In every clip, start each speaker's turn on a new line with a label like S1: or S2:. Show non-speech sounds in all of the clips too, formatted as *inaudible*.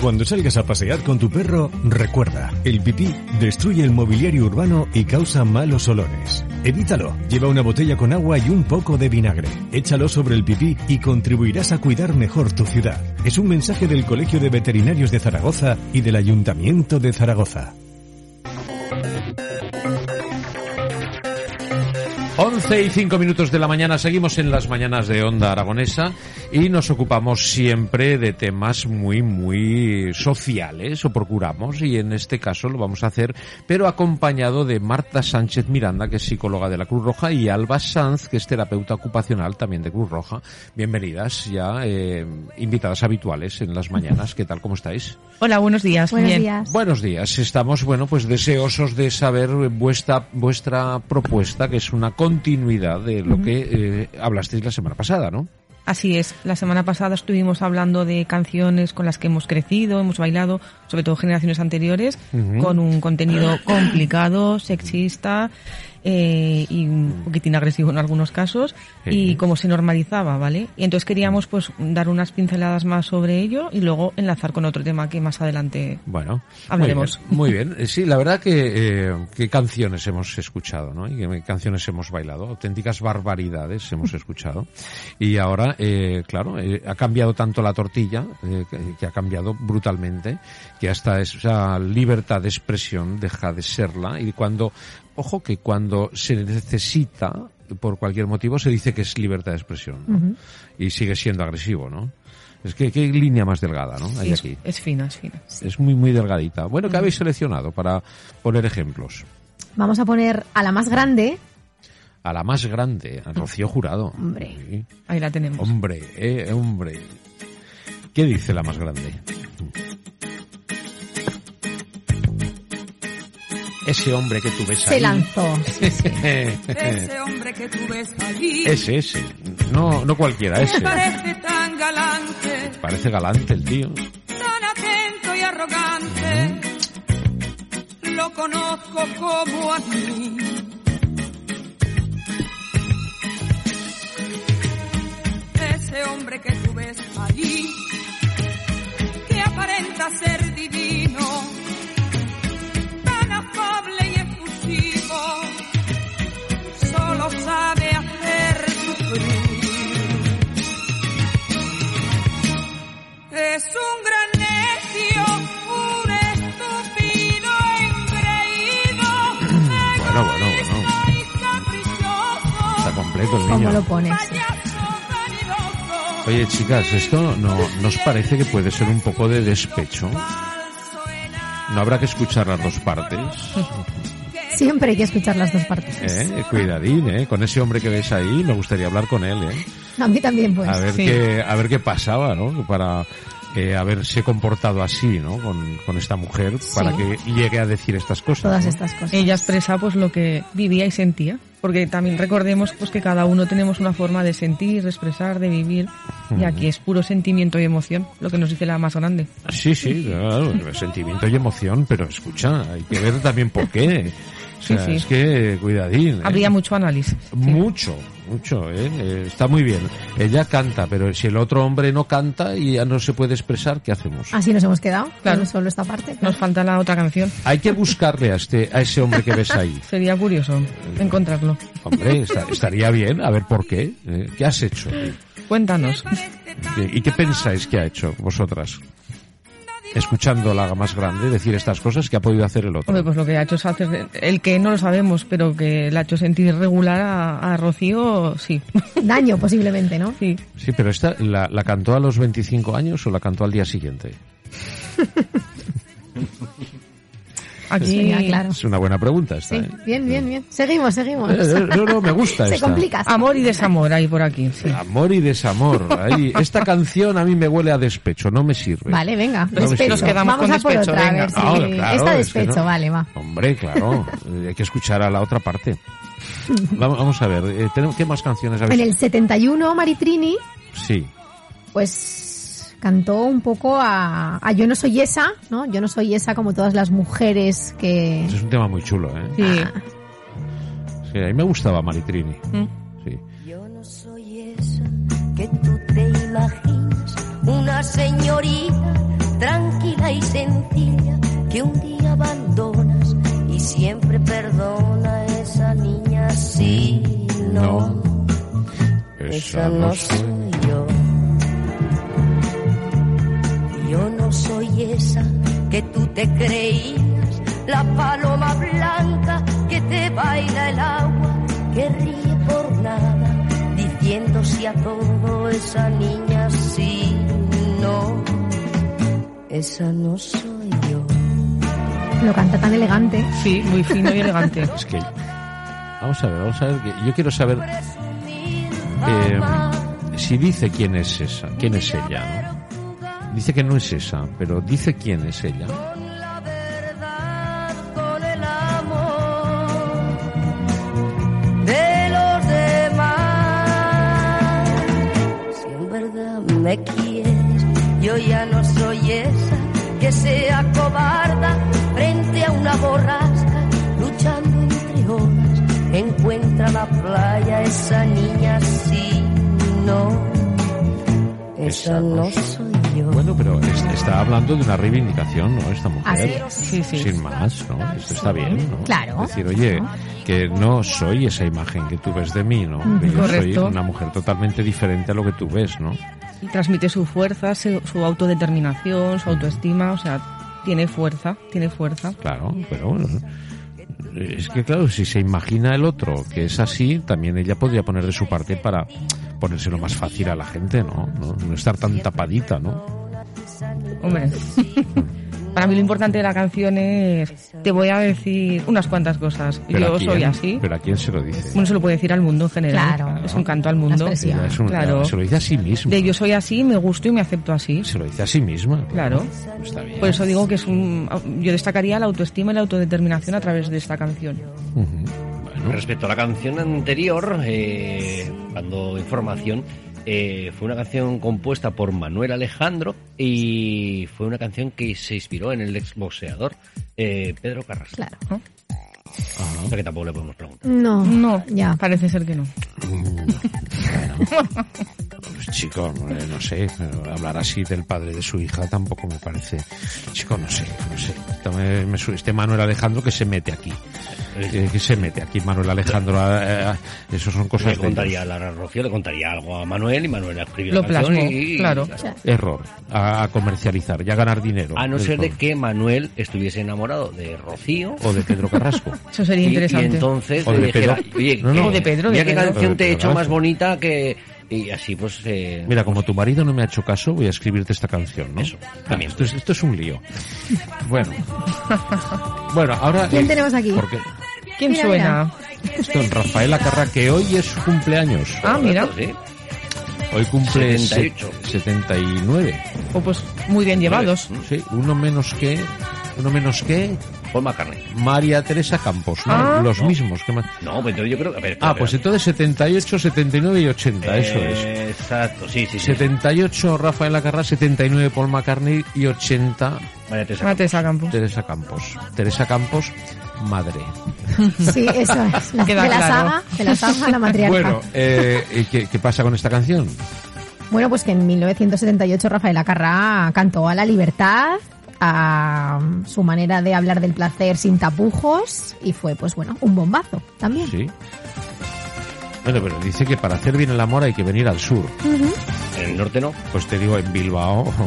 S1: Cuando salgas a pasear con tu perro, recuerda, el pipí destruye el mobiliario urbano y causa malos olores. Evítalo. Lleva una botella con agua y un poco de vinagre. Échalo sobre el pipí y contribuirás a cuidar mejor tu ciudad. Es un mensaje del Colegio de Veterinarios de Zaragoza y del Ayuntamiento de Zaragoza.
S2: 11 y 5 minutos de la mañana, seguimos en las mañanas de Onda Aragonesa y nos ocupamos siempre de temas muy, muy sociales, o procuramos, y en este caso lo vamos a hacer, pero acompañado de Marta Sánchez Miranda, que es psicóloga de la Cruz Roja, y Alba Sanz, que es terapeuta ocupacional también de Cruz Roja. Bienvenidas ya, eh, invitadas habituales en las mañanas. ¿Qué tal? ¿Cómo estáis?
S3: Hola, buenos días.
S4: Buenos
S3: Bien.
S4: días.
S2: Buenos días, estamos, bueno, pues deseosos de saber vuestra, vuestra propuesta, que es una continuidad de lo que eh, hablasteis la semana pasada, ¿no?
S3: Así es. La semana pasada estuvimos hablando de canciones con las que hemos crecido, hemos bailado, sobre todo generaciones anteriores, con un contenido complicado, sexista eh, y un poquitín agresivo en algunos casos,
S2: Sí.
S3: y cómo se normalizaba, ¿vale? Y entonces queríamos pues dar unas pinceladas más sobre ello y luego enlazar con otro tema que más adelante.
S2: Bueno,
S3: Hablaremos.
S2: Muy bien, muy bien. Eh, sí, la verdad que eh, qué canciones hemos escuchado, ¿no? Y qué canciones hemos bailado, auténticas barbaridades hemos escuchado. Y ahora, eh, claro, eh, ha cambiado tanto la tortilla, eh, que, que ha cambiado brutalmente, que hasta esa libertad de expresión deja de serla. Y cuando, ojo, que cuando se necesita por cualquier motivo se dice que es libertad de expresión ¿no? y sigue siendo agresivo, ¿no? Es que qué línea más delgada, ¿no? Hay
S3: es,
S2: aquí.
S3: es fina, es fina.
S2: Es muy, muy delgadita. Bueno,
S4: Mm.
S2: ¿qué habéis seleccionado para poner ejemplos?
S4: Vamos a poner a la más grande.
S2: A la más grande, a Rocío Jurado.
S4: Mm. Hombre.
S2: Sí.
S3: Ahí la tenemos.
S2: Hombre, eh, hombre. ¿Qué dice la más grande? Ese hombre que tú ves ahí. *laughs*
S4: Se lanzó.
S5: Ese hombre que tú ves allí
S2: Ese, ese. No, no cualquiera,
S4: *laughs*
S5: me
S2: ese.
S5: parece tan galante,
S2: Parece galante el tío.
S5: tan atento y arrogante. Lo conozco como a ti. Ese hombre que tú ves allí, que aparenta ser divino, tan afable y efusivo, solo sabe hacer sufrir. Es un gran necio, un estúpido engreído,
S2: *clears throat* Bueno, bueno, bueno.
S5: egoísta y caprichoso,
S2: Está completo el
S4: ¿Cómo lo
S2: niño.
S4: pones?
S5: payaso vanidoso,
S2: Oye, chicas, esto no, nos parece que puede ser un poco de despecho.
S5: falso enano.
S2: No habrá que escuchar las dos partes.
S4: Siempre hay que escuchar las dos partes.
S2: ¿eh? Cuidadín, ¿eh? Con ese hombre que ves ahí, me gustaría hablar con él, ¿eh?
S4: A mí también, pues.
S2: A ver,
S3: sí.
S2: qué, a ver qué pasaba, ¿no? Para eh, haberse comportado así, ¿no? Con, con esta mujer, para que llegue a decir estas cosas.
S4: Todas
S2: ¿no?
S4: estas cosas.
S3: ella expresa pues lo que vivía y sentía porque también recordemos pues que cada uno tenemos una forma de sentir de expresar de vivir y aquí es puro sentimiento y emoción lo que nos dice la más grande
S2: Sí, sí, claro, sentimiento y emoción, pero escucha, hay que ver también por qué. O sea,
S3: Sí, sí.
S2: es que, cuidadín. ¿eh?
S3: habría mucho análisis
S2: Mucho, mucho, ¿eh? Eh, Está muy bien. Ella canta, pero si el otro hombre no canta y ya no se puede expresar, ¿qué hacemos?
S4: Así nos hemos quedado.
S3: Claro.
S4: Claro. Solo esta parte.
S3: nos falta la otra canción
S2: Hay que buscarle a este, a ese hombre que ves ahí.
S3: sería curioso encontrarlo
S2: Hombre, esta- estaría bien, a ver por qué. ¿eh? ¿Qué has hecho?
S3: cuéntanos
S2: ¿Qué- ¿Y qué pensáis que ha hecho vosotras? Escuchando la más grande decir estas cosas que ha podido hacer el otro.
S3: Hombre, pues lo que ha hecho es hacer el que no lo sabemos pero que la ha hecho sentir regular a, a Rocío sí *laughs*
S4: Daño, posiblemente, ¿no?
S3: sí
S2: Sí, pero esta, ¿la, la cantó a los 25 años o la cantó al día siguiente?
S3: Aquí,
S4: Venga, claro.
S2: Es una buena pregunta esta.
S4: Sí,
S2: ¿eh?
S4: bien, bien, bien. Seguimos,
S2: *laughs*
S4: seguimos.
S2: Eh, No, no, me gusta
S4: Se
S2: esta.
S4: complica.
S3: amor y desamor hay por aquí. sí.
S2: Amor y desamor. Ahí. Esta canción a mí me huele a despecho, no me sirve.
S4: Vale, venga.
S2: No me
S4: despecho.
S2: sirve. Nos
S3: quedamos
S4: Vamos
S3: con
S4: a por
S3: despecho,
S4: otra,
S3: venga.
S4: a ver si...
S2: Ahora, claro,
S4: Esta
S2: es que
S4: despecho,
S2: no.
S4: vale, va.
S2: Hombre, claro. Eh, Hay que escuchar a la otra parte. Vamos, vamos a ver, eh, tenemos- ¿qué más canciones
S4: En
S2: habéis?
S4: el 71, Maritrini,
S2: Sí.
S4: pues cantó un poco a, a Yo no soy esa, ¿no? Yo no soy esa como todas las mujeres que...
S2: este
S4: Ah,
S2: Es un tema muy chulo, ¿eh?
S3: Sí.
S2: Sí, a mí me gustaba Maritrini.
S3: Mm.
S2: Sí.
S6: Yo no soy esa que tú te imaginas, una señorita tranquila y sencilla que un día abandonas y siempre perdona a esa niña si
S2: No,
S6: no,
S2: esa no soy.
S6: yo. Yo no soy esa que tú te creías, la paloma blanca que te baila el agua, que ríe por nada, diciéndose a todo esa niña sí, no. Esa no soy yo.
S4: Lo canta tan elegante.
S3: Sí, muy fino y elegante.
S2: Es que. Vamos a ver, vamos a ver. que Yo quiero saber
S6: Presumir,
S2: eh,
S6: amar,
S2: si dice quién es esa, quién es ella. ¿no? Dice que no es esa, pero dice quién es ella.
S6: con la verdad, con el amor de los demás. Si en verdad me quieres, yo ya no soy esa que sea cobarda frente a una borrasca, luchando entre olas. Encuentra la playa esa niña, si no,
S2: Esa
S6: esa
S2: no
S6: no soy yo.
S2: Bueno, pero es- está hablando de una reivindicación, ¿no? Esta mujer.
S3: Sí, sí.
S2: Sin más, ¿no? Esto está bien, ¿no?
S4: Claro.
S2: Decir, oye, que no soy esa imagen que tú ves de mí, ¿no? Que yo
S3: Mm, Correcto.
S2: soy una mujer totalmente diferente a lo que tú ves, ¿no?
S3: Y transmite su fuerza, su, su autodeterminación, su autoestima, o sea, tiene fuerza, tiene fuerza.
S2: Claro, pero bueno. Es que claro, si se imagina el otro que es así, también ella podría poner de su parte para ponérselo más fácil a la gente, ¿no? No, No estar tan tapadita, ¿no?
S3: Hombre, *laughs* para mí lo importante de la canción es, te voy a decir unas cuantas cosas.
S2: Pero ¿a
S3: Yo
S2: quién?
S3: soy así.
S2: Pero ¿a quién se lo dice?
S3: Uno se lo puede decir al mundo en general.
S4: Claro.
S3: Es un canto al mundo.
S4: La expresión.
S2: Ella es un-
S3: Claro.
S2: Se lo dice a sí misma.
S3: De yo soy así, me gusto y me acepto así.
S2: Se lo dice a sí misma.
S3: Claro.
S2: Pues Está bien.
S3: Por eso digo que es un. Yo destacaría la autoestima y la autodeterminación a través de esta canción.
S2: Ujú.
S7: Respecto a la canción anterior, eh, dando información, eh, fue una canción compuesta por Manuel Alejandro y fue una canción que se inspiró en el exboxeador eh, Pedro Carrasco.
S4: Claro.
S7: O sea que tampoco le podemos preguntar.
S4: No,
S3: No,
S4: ya.
S3: parece ser que no.
S2: Pues, chico, eh, no sé, pero hablar así del padre de su hija tampoco me parece. Chico, no sé, no sé. Tome- me su- Este Manuel Alejandro que se mete aquí. Eh, que se mete aquí Manuel Alejandro. ah, ah, eso son
S7: Pues Le
S2: cosas de
S7: contaría a
S2: ellos.
S7: la Rocío, le contaría algo a Manuel y Manuel escribió
S3: Lo
S7: la canción
S3: plasmó,
S7: y- y-
S3: claro.
S2: Error. A, a comercializar y a ganar dinero.
S7: A no
S2: Del
S7: ser de
S2: todo.
S7: que Manuel estuviese enamorado de Rocío
S2: O de Pedro Carrasco.
S3: Eso sería
S7: Y-
S3: interesante.
S7: Y entonces
S2: O
S7: le
S2: de
S7: dijera,
S2: Pedro.
S7: oye,
S2: No, no.
S7: eh,
S2: O de
S3: Pedro, de
S7: mira qué
S3: Pedro.
S7: canción te he
S2: Pedro
S7: hecho más
S2: Carrasco.
S7: bonita que... Y así pues... eh,
S2: Mira, como tu marido no me ha hecho caso, voy a escribirte esta canción, ¿no?
S7: Eso,
S2: Ah,
S7: también.
S2: Esto es, esto es un lío. Bueno. Bueno, ahora...
S4: ¿Quién tenemos aquí?
S2: Porque
S3: ¿Quién
S4: Mira,
S3: suena?
S2: don Rafael Acarra, que hoy es su cumpleaños.
S3: Ah, mira.
S7: sí.
S2: Hoy cumple
S7: 78.
S2: se- 79.
S3: O pues muy bien llevados.
S2: Sí, uno menos que uno menos que
S7: Paul McCartney.
S2: María Teresa Campos, ¿no?
S3: Ah.
S2: los mismos que más.
S7: No, pues entonces yo creo que... a ver, espera,
S2: Ah, pues
S7: espera.
S2: entonces 78, 79 y 80, eso es.
S7: Eh, Exacto, sí, sí, sí.
S2: 78 Rafael Acarra, 79 Paul McCartney y 80
S7: María Teresa.
S3: Mate esa campo.
S2: Teresa Campos. Teresa Campos, madre.
S4: Sí, eso es. La,
S3: *laughs*
S4: de
S3: Queda
S4: la
S3: claro.
S4: saga, de la saga a la matriarca.
S2: Bueno, eh, ¿y ¿qué, qué pasa con esta canción?
S4: Bueno, pues que en 1978 Rafael Acarrá cantó a la libertad, a um, su manera de hablar del placer sin tapujos y fue, pues bueno, un bombazo también.
S2: Sí. Bueno, pero dice que para hacer bien el amor hay que venir al sur.
S7: En el norte no.
S2: Pues te digo, en Bilbao. *laughs*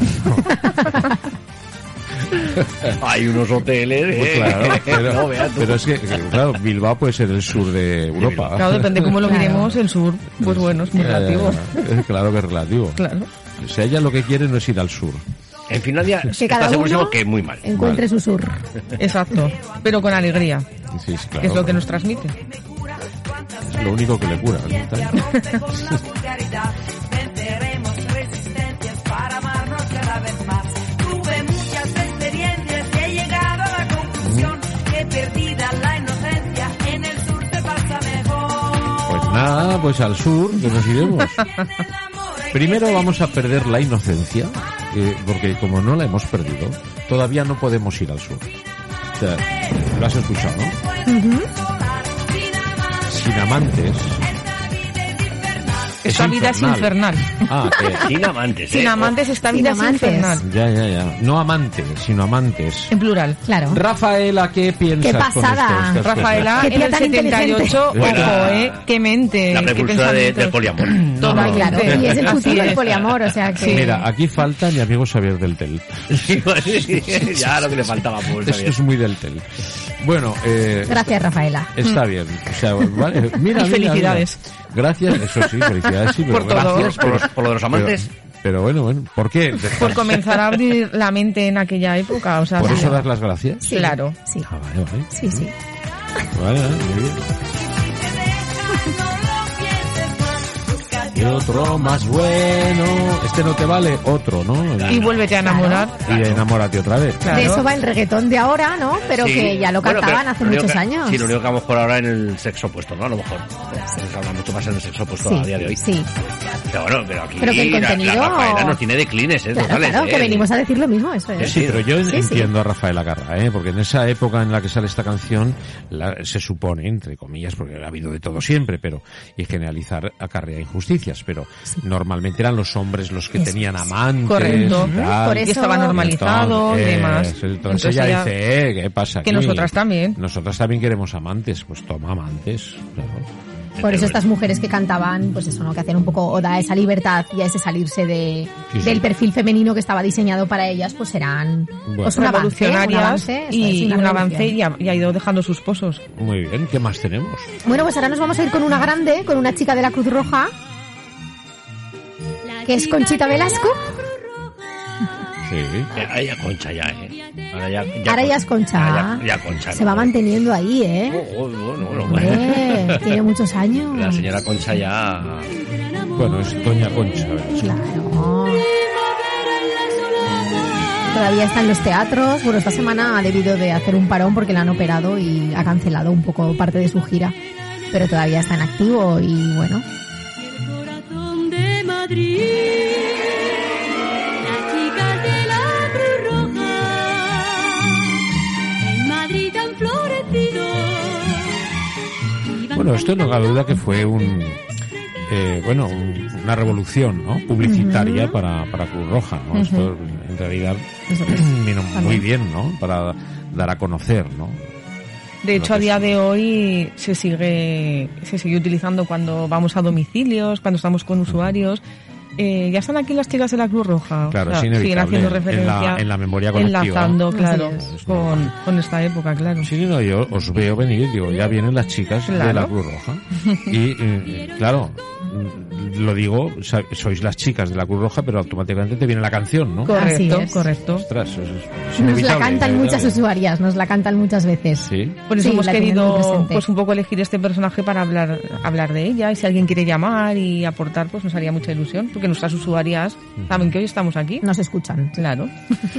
S7: Hay unos hoteles...
S2: Eh. Pues claro,
S7: *laughs* eh,
S2: pero,
S7: no, vea tú.
S2: pero es que, que, claro, Bilbao puede ser el sur de Europa.
S3: Claro, depende cómo lo
S4: Claro.
S3: miremos, el sur, pues bueno, es muy
S2: Eh,
S3: relativo.
S2: eh, claro que es relativo.
S3: Claro.
S2: O sea, ella lo que quiere no es ir al sur.
S7: En Finlandia
S4: Que cada
S7: está segurísimo
S4: uno
S7: que muy mal.
S4: encuentre su sur.
S3: Exacto, pero con alegría,
S2: Sí, sí,
S3: que es
S2: claro.
S3: lo que nos transmite.
S2: Lo único que le cura. ¿no?
S5: con la vulgaridad. Venceremos resistencias para amarnos cada vez más. Tuve muchas experiencias y he llegado a la conclusión que perdida la inocencia en el sur se pasa mejor.
S2: Pues nada, pues al sur que nos iremos.
S5: El amor hay que
S2: Primero vamos a perder la inocencia, eh, porque como no la hemos perdido, todavía no podemos ir al sur. O sea, lo has escuchado, ¿no? Sin amantes. Es oh.
S3: Esta vida es infernal.
S2: Ah, que-
S7: Sin amantes, ¿eh?
S3: Sin amantes, esta
S4: Sin
S3: vida
S4: amantes.
S3: es infernal.
S2: ya, ya, ya. No amantes, sino amantes.
S3: En plural.
S4: Claro.
S2: Rafaela, ¿qué piensas?
S4: Qué
S2: con
S4: pasada.
S2: esto, estas cosas?
S3: Rafaela
S4: Qué
S3: en
S4: tía
S3: el
S4: tan inteligente.
S3: 78, ojo,
S7: Bueno,
S3: eh, qué mente.
S7: La
S3: qué
S7: precursora de- del
S3: pensamientos.
S7: poliamor.
S4: No,
S3: Totalmente.
S4: claro. Y es el
S3: Así
S4: futuro del
S3: es.
S4: poliamor, o sea que...
S2: Mira, aquí falta mi amigo Xavier del
S7: *laughs*
S2: Tel.
S7: pues ya lo que le faltaba, pues,
S2: Esto
S7: Javier.
S2: es muy del Tel. Bueno, eh,
S4: Gracias, Mm. Rafaela.
S2: Está bien. O sea,
S4: *laughs*
S2: vale. Mira, mira, mira.
S3: felicidades.
S2: Gracias, eso sí, felicidades, sí, pero
S3: Por todo.
S2: gracias
S7: Por los- por lo de los amantes.
S2: Pero, pero bueno, bueno, ¿por qué?
S3: Por comenzar a abrir la mente en aquella época, o sea,
S2: ¿Por
S3: sí.
S2: eso das las gracias?
S4: Sí,
S3: Claro.
S4: Sí,
S2: Ah, vale, vale.
S4: sí, sí.
S2: Vale, vale, muy bien. Y otro más bueno. Este no te vale, otro, ¿no?
S3: y vuélvete a enamorar.
S2: Y enamórate otra vez.
S3: Claro.
S4: De eso va el reggaetón de ahora, ¿no? Pero
S7: Sí.
S4: que ya lo
S7: Bueno,
S4: cantaban
S7: pero
S4: hace
S7: lo único
S4: muchos
S7: que-
S4: años.
S7: Sí, lo único que vamos por ahora en el sexo opuesto, ¿no? A lo mejor. Se habla mucho más en el sexo opuesto a día de hoy.
S4: sí, sí.
S7: Pero bueno, pero aquí
S4: Pero que el
S7: la-
S4: contenido-
S7: la Rafaela nos tiene declines, ¿eh?
S4: Claro,
S7: Totales,
S4: claro,
S7: ¿eh?
S4: que venimos a decir lo mismo, eso es.
S2: Sí, pero yo
S4: ¿eh? Sí, sí.
S2: entiendo a Rafael Agarra, ¿eh? porque en esa época en la que sale esta canción, la- se supone, entre comillas, porque ha habido de todo siempre, pero y generalizar acarrea injusticias, pero normalmente eran los hombres los que
S4: Eso
S2: tenían
S4: es.
S2: amantes,
S3: Correcto.
S2: tal,
S4: Por
S3: Y
S4: eso-
S3: estaba normalizado,
S2: entonces, eh,
S3: demás.
S2: Entonces,
S3: Entonces
S2: ella
S3: ella-
S2: dice, eh, ¿qué pasa?
S3: Que
S2: aquí?
S3: nosotras también.
S2: Nosotras también queremos amantes, pues toma amantes. claro.
S4: Por eso estas mujeres que cantaban, pues eso, ¿no? Que hacían un poco oda a esa libertad y a ese salirse de,
S2: Sí, sí.
S4: del perfil femenino que estaba diseñado para ellas, pues serán pues un avance, un
S3: revolucionarias
S4: avance, eso es,
S3: y
S4: una
S3: un avance
S4: revolución.
S3: y ha, y ha ido dejando sus pozos.
S2: Muy bien, ¿qué más tenemos?
S4: Bueno, pues ahora nos vamos a ir con una grande, con una chica de la Cruz Roja, que es Conchita Velasco.
S2: Sí.
S7: Ahora ya Concha ya, ¿eh? Ahora ya,
S4: Ahora ya es
S2: ah,
S4: Concha.
S7: Ahora ya, ya Concha.
S4: Se va manteniendo ahí, ¿eh?
S7: Oh, oh, bueno, bueno, bueno.
S4: Eh, tiene muchos años.
S7: La señora Concha ya...
S2: Bueno, es Doña Concha. Velasco.
S4: Claro. Todavía está en los teatros. Bueno, esta semana ha debido de hacer un parón porque la han operado y ha cancelado un poco parte de su gira. Pero todavía está en activo y bueno.
S8: corazón de Madrid. Las chicas de la Cruz Roja en Madrid han florecido. Iban
S2: Bueno, esto no cabe
S8: cantando
S2: duda que fue un, eh, bueno, un- una revolución ¿no? publicitaria para, para Cruz Roja. ¿no? Esto en realidad *clears throat* vino muy bien ¿no? para dar a conocer. ¿no?
S3: De
S2: que
S3: hecho, a día de hoy se sigue, se sigue utilizando cuando vamos a domicilios, cuando estamos con usuarios. Eh, ya están aquí las chicas de la Cruz Roja. o
S2: Claro,
S3: sea,
S2: es inevitable.
S3: siguen haciendo
S2: En la-
S3: referencia.
S2: en la memoria colectiva.
S3: Enlazando,
S4: Así
S3: claro,
S4: es.
S3: con, con esta época, claro.
S2: Sí, no, yo os veo venir, digo, ya vienen las chicas de la
S3: Claro.
S2: Cruz Roja. Y eh, claro, mm, lo digo, sa- sois las chicas de la Cruz Roja, pero automáticamente te viene la canción, ¿no?
S3: Correcto,
S4: Así es.
S3: correcto.
S2: Ostras, eso es- es
S4: Nos la
S2: inevitable, ¿eh?
S4: cantan
S2: inevitable.
S4: muchas usuarias, nos la cantan muchas veces.
S2: Sí.
S3: Por eso
S4: Sí,
S3: hemos
S4: la tenía muy
S3: querido
S4: presente.
S3: pues un poco elegir este personaje para hablar, hablar de ella y si alguien quiere llamar y aportar pues nos haría mucha ilusión porque nuestras usuarias saben que hoy estamos aquí.
S4: Nos escuchan.
S3: Claro.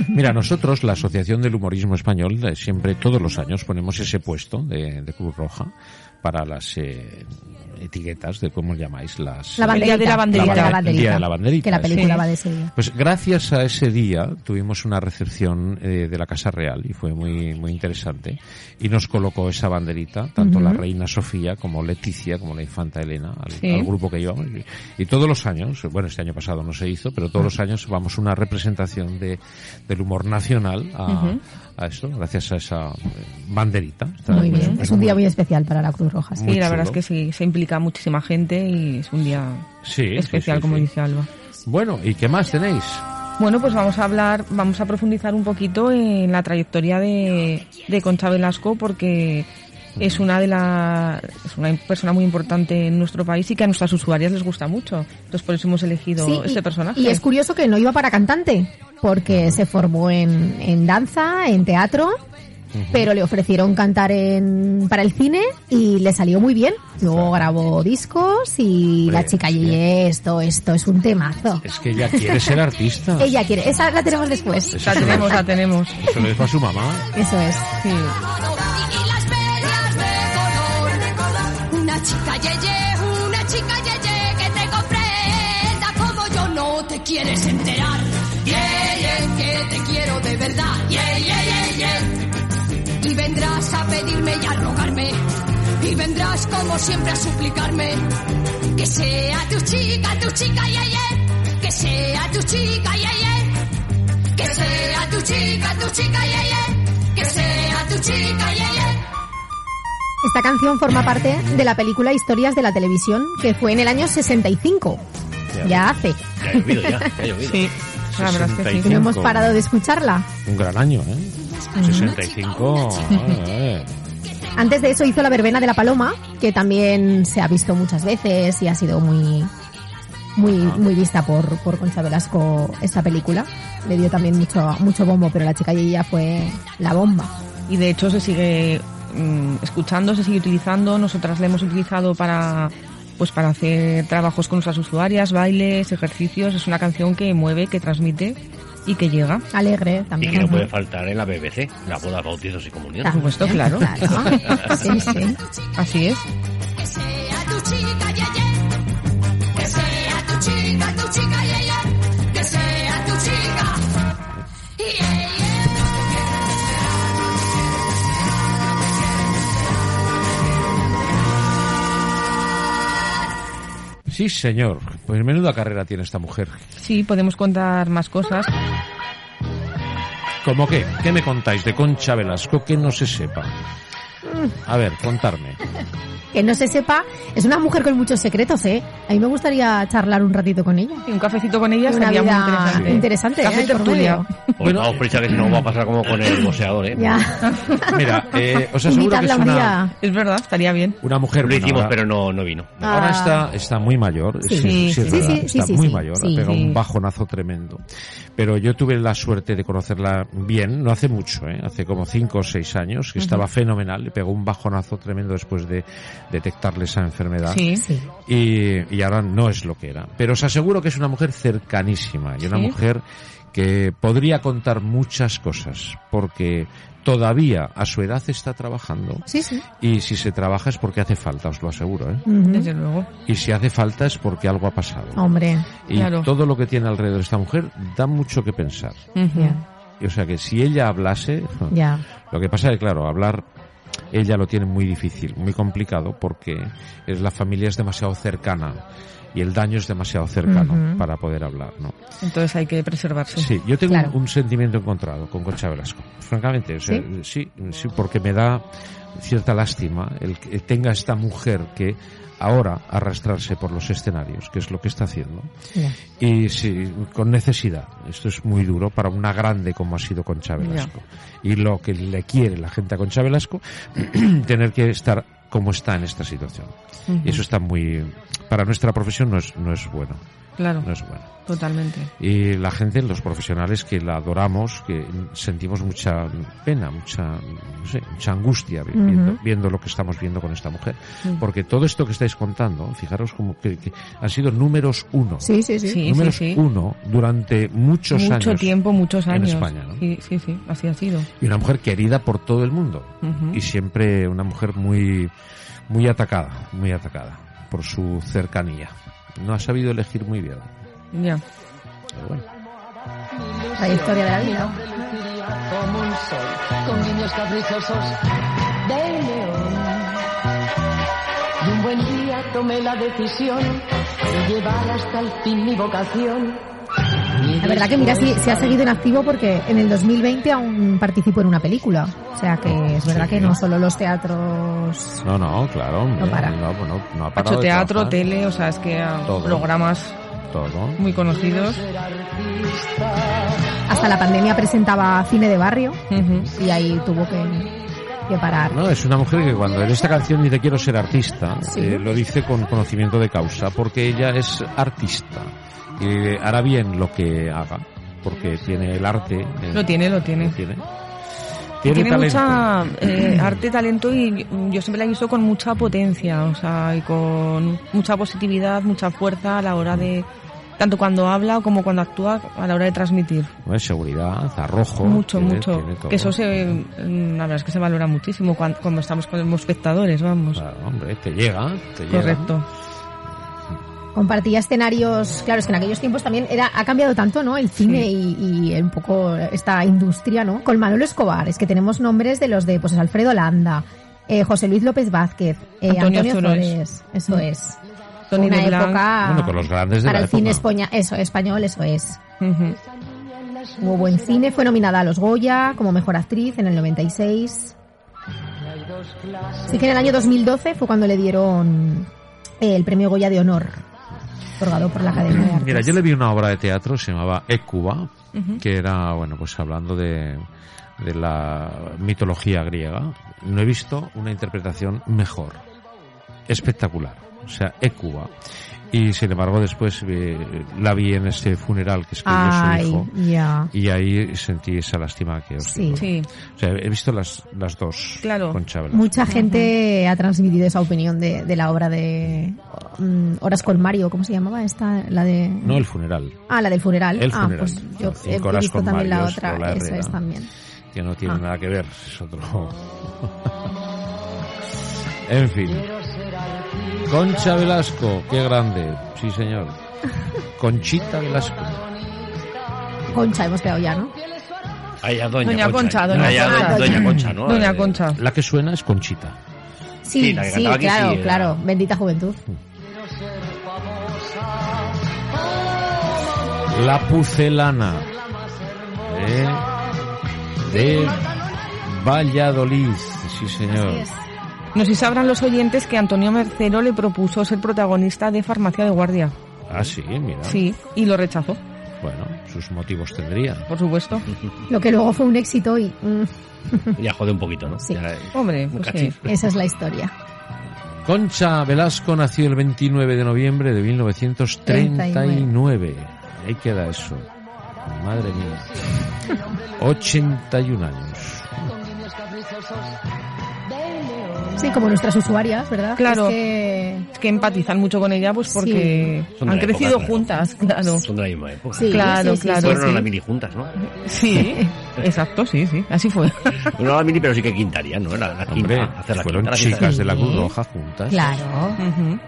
S2: Mira, nosotros, la Asociación del Humorismo Español, eh, siempre, todos los años, ponemos ese puesto de, de Cruz Roja para las eh, etiquetas de cómo llamáis las...
S4: La
S3: El día
S4: banderita.
S3: de la banderita.
S4: El día de la
S2: El día de la banderita,
S4: Que la película
S3: sí.
S4: va de ese día.
S2: Pues gracias a ese día tuvimos una recepción eh, de la Casa Real y fue muy muy interesante y nos colocó esa banderita tanto la reina Sofía como Leticia como la infanta Elena al,
S3: Sí.
S2: al grupo que llevamos y, y todos los años bueno este año pasado no se hizo pero todos los
S3: Ah.
S2: años vamos una representación de, del humor nacional a, a esto gracias a esa eh, banderita Está-
S4: Muy bien.
S2: es-
S4: Es un día muy especial para la Cruz Roja. sí.
S3: Sí, la verdad
S2: chulo.
S3: es que sí, se implica muchísima gente y es un día
S2: Sí, sí,
S3: especial
S2: sí,
S3: como
S2: sí.
S3: dice Alba.
S2: bueno y qué más tenéis
S3: Bueno, pues vamos a hablar, vamos a profundizar un poquito en la trayectoria de, de Concha Velasco porque es una de las es una persona muy importante en nuestro país y que a nuestras usuarias les gusta mucho. Entonces por eso hemos elegido
S4: Sí, y-
S3: este personaje.
S4: Y es curioso que no iba para cantante, porque se formó en, en danza, en teatro, pero le ofrecieron cantar en, para el cine y le salió muy bien. Luego grabó discos y
S2: Hombre,
S4: la
S2: eh".
S4: chica
S2: es que-
S4: Yeye, esto, esto es un temazo.
S2: Es que ella quiere
S3: *laughs*
S2: ser artista.
S4: Ella quiere, esa la tenemos después.
S3: la tenemos, la tenemos.
S2: Se lo dijo a su mamá.
S3: *laughs*
S4: Eso es.
S3: Sí.
S8: Y las medias de color. Una chica yeye, una chica yeye que te comprenda como yo no te quieres enterar. Yeye, que te quiero de verdad. Yeye, yeye. Y vendrás a pedirme y a rogarme. Y vendrás como siempre a suplicarme. Que sea tu chica, tu chica yeye. Que sea tu chica yeye. Que sea tu chica, tu chica, ye, ye. Que sea tu chica, ye, ye.
S4: Esta canción forma parte de la película Historias de la Televisión, que fue en el año 65. Ya hace.
S7: Ya ha llovido, ya, ya ha llovido.
S3: Sí, la verdad es que
S4: Y
S3: sí.
S4: no
S2: Cinco.
S4: hemos parado de escucharla.
S2: Un gran año, ¿eh? 65. eh,
S4: Antes de eso hizo la verbena de la paloma, que también se ha visto muchas veces y ha sido muy muy muy vista por, por Concha Velasco esta película. Le dio también mucho mucho bombo, pero la chica ya fue la bomba.
S3: Y de hecho se sigue mm, escuchando, se sigue utilizando. Nosotras la hemos utilizado para pues para hacer trabajos con nuestras usuarias, bailes, ejercicios. Es una canción que mueve, que transmite y que llega.
S4: Alegre
S7: Y
S4: también.
S7: que no Ah.
S4: Ajá.
S7: puede faltar en la BBC, la boda, bautizos y comunión.
S4: Por
S3: supuesto, claro.
S4: Sí, sí.
S3: Así es.
S8: Que sea tu chica, ye, ye. Que sea tu chica, tu chica, ye, ye. Que sea tu chica. Ye, ye.
S2: Sí, señor. Pues menuda carrera tiene esta mujer.
S3: Sí, podemos contar más cosas.
S2: ¿Cómo qué? ¿Qué me contáis de Concha Velasco que no se sepa? A ver, contarme.
S4: Que no se sepa, es una mujer con muchos secretos, ¿eh? A mí me gustaría charlar un ratito con ella.
S3: Y un cafecito con ella
S4: Una
S3: sería muy
S4: vida
S3: interesante.
S4: interesante,
S3: Café
S4: ¿eh? Por
S3: tertulia.
S4: medio.
S7: Pues vamos, prisa, que si no va a pasar como con el boxeador, ¿eh?
S4: Ya.
S2: Mira, eh, os aseguro que
S4: Invitadla
S2: es
S4: un
S2: una,
S4: día.
S3: Es verdad, estaría bien.
S2: una mujer...
S7: Lo
S2: bueno,
S7: hicimos,
S2: ahora-
S7: pero no, no vino.
S2: Ahora
S4: Ah.
S2: está, está muy mayor, sí,
S4: Sí.
S2: sí,
S3: Sí,
S2: es
S4: sí,
S2: verdad,
S4: sí, sí,
S2: está
S4: sí,
S2: muy
S4: sí.
S2: mayor,
S4: Sí.
S2: ha pegado
S3: Sí.
S2: un bajonazo tremendo. Pero yo tuve la suerte de conocerla bien, no hace mucho, ¿eh? hace como cinco o seis años, que estaba fenomenal, le pegó un bajonazo tremendo después de detectarle esa enfermedad.
S3: Sí.
S4: Sí.
S2: Y, y ahora no es lo que era. Pero os aseguro que es una mujer cercanísima y una
S3: Sí.
S2: mujer que podría contar muchas cosas, porque todavía a su edad está trabajando.
S4: Sí, sí.
S2: Y si se trabaja es porque hace falta, os lo aseguro, ¿eh?
S4: Ujú.
S3: Desde luego.
S2: Y si hace falta es porque algo ha pasado.
S4: Hombre.
S2: y
S3: claro.
S2: todo lo que tiene alrededor esta mujer da mucho que pensar.
S3: Ujú.
S4: Ya.
S2: Y, O sea que si ella hablase, *laughs*
S4: Ya.
S2: lo que pasa es que, claro, hablar ella lo tiene muy difícil, muy complicado, porque es, la familia es demasiado cercana y el daño es demasiado cercano
S4: Ujú.
S2: para poder hablar, ¿no?
S3: Entonces hay que preservarse.
S2: Sí, yo tengo
S4: Claro.
S2: un, un sentimiento encontrado con Concha Velasco, francamente. O sea, ¿Sí? sí, porque me da cierta lástima el que tenga esta mujer que ahora arrastrarse por los escenarios, que es lo que está haciendo,
S4: Ya.
S2: y sí, con necesidad. Esto es muy duro para una grande como ha sido Concha Velasco. Y lo que le quiere la gente a Concha Velasco, *clears throat* tener que estar como está en esta situación. Y eso está muy... Para nuestra profesión no es, no es bueno,
S3: Claro,
S2: no es bueno
S3: totalmente.
S2: y la gente, los profesionales que la adoramos, que sentimos mucha pena, mucha, no sé, mucha angustia vi-
S4: Ujú.
S2: viendo, viendo lo que estamos viendo con esta mujer. Porque todo esto que estáis contando, fijaros como que, que han sido números uno.
S4: Sí, sí, sí.
S3: Sí, sí,
S2: números
S3: sí.
S2: uno durante muchos
S3: Mucho
S2: años.
S3: tiempo, muchos
S2: en
S3: años.
S2: España, ¿no?
S3: Sí, sí, sí, así ha sido.
S2: Y una mujer querida por todo el mundo.
S3: Ujú.
S2: Y siempre una mujer muy, muy atacada, muy atacada por su cercanía. No ha sabido elegir muy bien.
S3: Ya.
S2: Pero bueno.
S4: Trayectoria de la vida.
S9: como un sol, con niños caprichosos de león. Y un buen día tomé la decisión de llevar hasta el fin mi vocación. Y
S4: La verdad que mira, sí,
S9: después-
S4: se ha seguido en activo porque en el 2020 aún participó en una película. O sea que es verdad que no solo los teatros...
S2: No, no, claro. No,
S4: para.
S2: no, no, no ha
S3: Ha
S2: parado
S3: hecho
S2: de
S3: teatro,
S2: trabajar.
S3: tele, o sea, es que ah,
S2: Todo.
S3: programas
S2: Todo.
S3: muy conocidos.
S4: Hasta la pandemia presentaba cine de barrio
S3: Ujú.
S4: y ahí tuvo que, que parar.
S2: No, es una mujer que cuando en esta canción dice quiero ser artista,
S4: Sí.
S2: eh, lo dice con conocimiento de causa, porque ella es artista. Y hará bien lo que haga, porque tiene el arte. eh,
S3: Lo tiene, lo tiene.
S2: lo tiene. Tiene,
S3: Tiene,
S2: talento.
S3: mucha eh, arte, talento y yo siempre la he visto con mucha potencia, o sea, y con mucha positividad, mucha fuerza a la hora de, tanto cuando habla como cuando actúa, a la hora de transmitir.
S2: Bueno, seguridad, arrojo.
S3: mucho,
S2: Oh, tiene-
S3: mucho.
S2: tiene todo.
S3: que eso se, mm, la verdad es que se valora muchísimo cuando, cuando estamos como espectadores, vamos.
S2: Claro, hombre, te llega, te llega.
S3: Correcto.
S4: Compartía escenarios, claro, es que en aquellos tiempos también era, ha cambiado tanto, ¿no? El cine y, y un poco esta industria, ¿no? Con Manolo Escobar, es que tenemos nombres de los de, pues, Alfredo Landa, eh, José Luis López Vázquez, eh,
S3: Antonio
S4: Antonio,
S3: Flores.
S4: Flores, eso es.
S3: Tony
S4: Una
S3: de Blanc.
S4: época
S2: Bueno, con los grandes de
S4: para
S2: la
S4: el cine
S2: época.
S4: espoña- eso, español, eso es.
S3: Ujú.
S4: Hubo buen cine, fue nominada a los Goya como mejor actriz en el 96. Así que en el año 2012 fue cuando le dieron eh, el premio Goya de Honor, otorgado por la Academia de Artes.
S2: Mira, yo le vi una obra de teatro, se llamaba Écuba, que era, bueno, pues hablando de, de la mitología griega. No he visto una interpretación mejor, espectacular, o sea, Écuba. Y sin embargo, después eh, la vi en este funeral que escribió su
S4: Ay,
S2: hijo.
S4: ya.
S2: Y ahí sentí esa lástima que os
S4: Sí.
S2: digo.
S3: Sí,
S2: O sea, he visto las, las dos
S3: Claro.
S2: con Chabela.
S4: Mucha gente ha transmitido esa opinión de, de la obra de mm, Horas con Mario, ¿cómo se llamaba esta? La de...
S2: No el funeral,
S4: Ah, la del funeral.
S2: El
S4: Ah,
S2: funeral.
S4: pues yo
S2: Cinco
S4: he
S2: horas
S4: visto
S2: con
S4: también la
S2: Mario,
S4: otra.
S2: Lola
S4: Eso es
S2: Herrera.
S4: también.
S2: que no tiene
S4: Ah.
S2: nada que ver, es otro. *laughs* en fin. Concha Velasco, qué grande, sí señor. Conchita Velasco.
S4: Concha, hemos quedado ya, ¿no?
S7: Ay, ya, doña,
S3: Doña Concha, doña
S7: Ah, ya,
S4: Concha.
S7: do- doña Concha, ¿no?
S3: Doña
S7: Eh,
S3: Concha.
S2: La que suena es Conchita.
S4: Sí,
S7: Sí, la que
S4: sí,
S7: cantaba aquí
S4: claro,
S7: sí era.
S4: claro. Bendita juventud.
S2: La pucelana. ¿eh? De Valladolid, sí señor.
S3: No sé si sabrán los oyentes que Antonio Mercero le propuso ser protagonista de Farmacia de Guardia.
S2: Ah, sí, mira.
S3: Sí, y lo rechazó,
S2: Bueno, sus motivos tendría.
S3: por supuesto.
S4: Lo que luego fue un éxito y mm,
S7: Ya jode un poquito, ¿no?
S4: Sí.
S7: Ya- eh.
S3: Hombre, pues sí.
S4: esa es la historia.
S2: Concha Velasco nació el 29 de noviembre de 1939. Ahí queda eso. Madre mía. 81 años.
S4: Sí, como nuestras usuarias, ¿verdad?
S3: Claro.
S4: Es que-
S3: Es que empatizan mucho con ella, pues porque han
S7: Son de la época,
S3: crecido
S7: claro.
S3: juntas, claro.
S7: Son de la misma época.
S4: Sí,
S3: Claro,
S4: sí, sí,
S3: claro.
S4: sí,
S7: Bueno,
S4: sí.
S7: no la mini juntas,
S2: *laughs*
S7: ¿no?
S3: Sí, exacto, sí, sí, así
S7: *laughs*
S3: fue.
S7: No la mini, pero sí que quintaría, ¿no? La, la
S2: Hombre,
S7: quinta. Hacer la
S2: fueron
S7: quinta, la quinta.
S2: chicas de la
S4: Sí.
S2: Cruz Roja juntas.
S4: Claro.
S3: Ujú.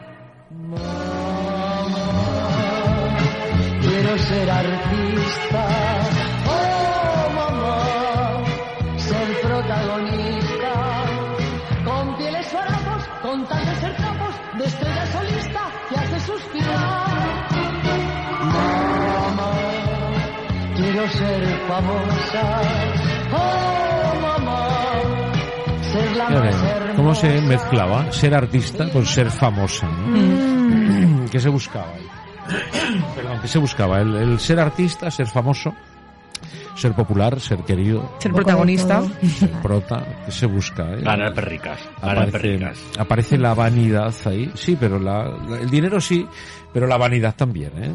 S9: Quiero ser artista, oh mamá, ser protagonista, con pieles o harapos, con tal de ser trapos, de estrella solista que hace suspirar. Mamá, quiero ser famosa, oh mamá, ser la
S2: Mira,
S9: más
S2: mira,
S9: hermosa.
S2: ¿eh? ¿Cómo se mezclaba ser artista con ser famosa? ¿no? ¿Qué se buscaba ahí? Perdón, ¿qué se buscaba? El, el ser artista, ser famoso, ser popular, ser querido,
S3: Ser protagonista.
S2: ser prota, ¿qué se busca? eh?
S7: Ganar perricas. Ganar
S2: aparece,
S7: perricas.
S2: aparece la vanidad ahí. Sí, pero la, la- el dinero sí, pero la vanidad también, ¿eh?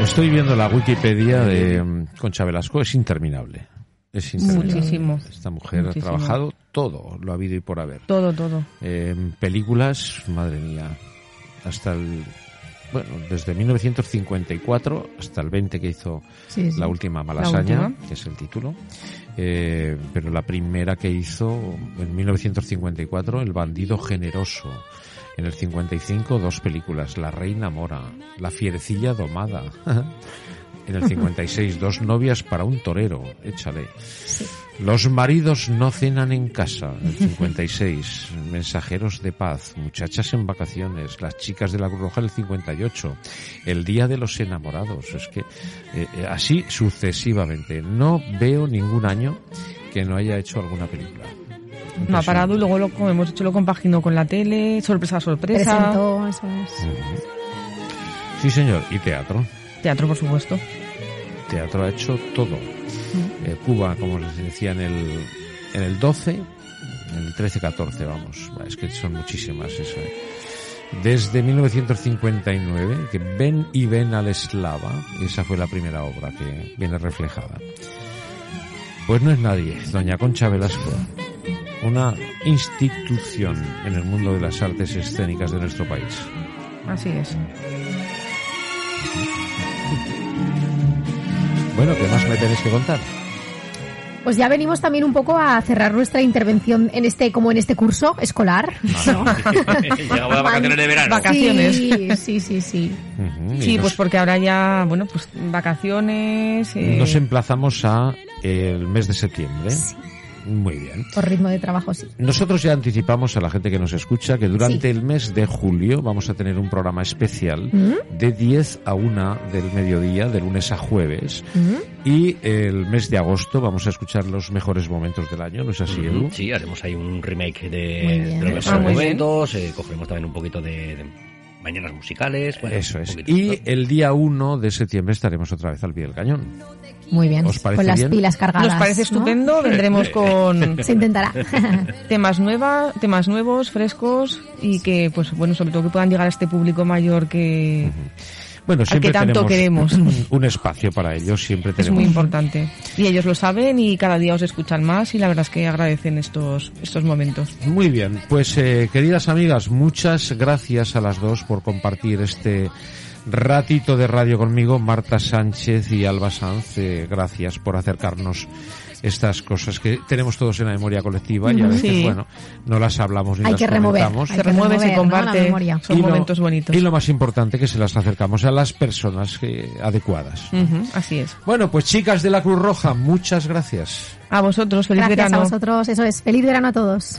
S2: Estoy viendo la Wikipedia de mm, Concha Velasco, es interminable. Es interminable.
S3: Muchísimo.
S2: Esta mujer
S3: Muchísimo.
S2: ha trabajado todo lo ha habido y por haber.
S3: Todo, todo.
S2: En películas, madre mía, hasta el. Bueno, desde 1954 hasta el 20 que hizo
S4: Sí, sí.
S2: La última
S3: La
S2: malasaña,
S3: última.
S2: que es el título. Eh, pero la primera que hizo en 1954, El bandido generoso. En el 55, dos películas, La reina mora, La fierecilla domada. *laughs* en el 56, Dos novias para un torero, échale. Los maridos no cenan en casa, el 56. Mensajeros de paz, muchachas en vacaciones, las chicas de la Cruz Roja, el 58. El día de los enamorados, es que eh, eh, así sucesivamente. No veo ningún año que no haya hecho alguna película.
S3: No ha parado y luego, lo, como hemos dicho, lo compaginó con la tele, sorpresa, sorpresa.
S4: Presentó, eso es.
S2: Sí, señor. Y teatro.
S3: Teatro, por supuesto.
S2: Teatro ha hecho todo. Eh, Cuba, como les decía, en el, en el 12, en el 13-14, vamos. Va, Es que son muchísimas eso. eh. Desde 1959, que Ven y Ven al Eslava, esa fue la primera obra que viene reflejada. Pues no es nadie, doña Concha Velasco. Una institución en el mundo de las artes escénicas de nuestro país.
S3: Así es.
S2: Bueno, ¿qué más me tenéis que contar?
S4: Pues ya venimos también un poco a cerrar nuestra intervención en este, como en este curso
S3: *laughs*
S4: escolar. ¿no?
S7: Llegamos a vacaciones de verano.
S3: Vacaciones.
S4: Sí, sí, sí, sí.
S2: Ujú, y
S3: Sí,
S2: nos-
S3: pues porque ahora ya, bueno, pues vacaciones. eh,
S2: Nos emplazamos a eh, el mes de septiembre. Muy bien.
S4: Por ritmo de trabajo, sí.
S2: Nosotros ya anticipamos a la gente que nos escucha que durante
S4: Sí.
S2: el mes de julio vamos a tener un programa especial
S3: Mm.
S2: de 10 a 1 del mediodía, de lunes a jueves.
S3: Mm.
S2: Y el mes de agosto vamos a escuchar los mejores momentos del año, ¿no es así, Edu?
S7: Sí, haremos ahí un remake
S4: Muy
S7: de,
S4: bien.
S7: de los
S2: Ah,
S7: mejores
S2: muy
S3: bien.
S7: momentos, eh, cogeremos también un poquito de, de mañanas musicales. bueno,
S2: Eso
S7: un
S2: es.
S7: poquito de
S2: Y
S7: todo.
S2: el día 1 de septiembre estaremos otra vez al pie del cañón.
S4: Muy bien.
S2: ¿Os parece
S4: Con las
S2: bien?
S4: pilas cargadas.
S3: nos parece
S4: ¿no?
S3: estupendo, vendremos con
S4: *laughs* Se intentará.
S3: temas nueva, temas nuevos, frescos y que, pues bueno, sobre todo que puedan llegar a este público mayor que
S2: Bueno, siempre
S3: que tanto
S2: tenemos
S3: queremos.
S2: un espacio para ello, siempre
S3: es
S2: tenemos
S3: muy importante. Y ellos lo saben y cada día os escuchan más y la verdad es que agradecen estos, estos momentos.
S2: Muy bien, pues eh, queridas amigas, muchas gracias a las dos por compartir este ratito de radio conmigo, Marta Sánchez y Alba Sanz. eh, gracias por acercarnos estas cosas que tenemos todos en la memoria colectiva y a veces,
S3: Sí.
S2: bueno, no las hablamos ni
S4: Hay
S2: las
S4: que remover.
S2: comentamos.
S4: Hay
S3: Se
S4: que
S3: remueve, se
S4: remover, ¿no? la
S3: comparte.
S4: memoria.
S3: Son momentos bonitos.
S2: Y lo más importante que se las acercamos a las personas eh, adecuadas.
S3: Ujú, así es.
S2: Bueno, pues chicas de la Cruz Roja, muchas gracias.
S3: A vosotros, feliz
S4: Gracias
S3: verano.
S4: a vosotros. Eso es. Feliz verano a todos.